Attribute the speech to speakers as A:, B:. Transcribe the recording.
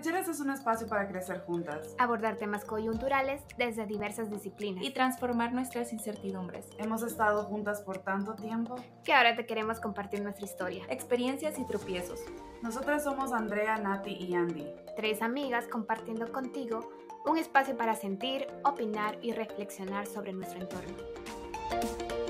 A: Cocheras es un espacio para crecer juntas.
B: abordar temas coyunturales desde diversas disciplinas
C: y transformar nuestras incertidumbres,
A: Hemos estado juntas por tanto tiempo.
B: que ahora te queremos compartir nuestra historia.
C: experiencias y tropiezos.
A: Nosotras somos Andrea, Nati y Andy.
B: Tres amigas compartiendo contigo un espacio para sentir, opinar y reflexionar sobre nuestro entorno.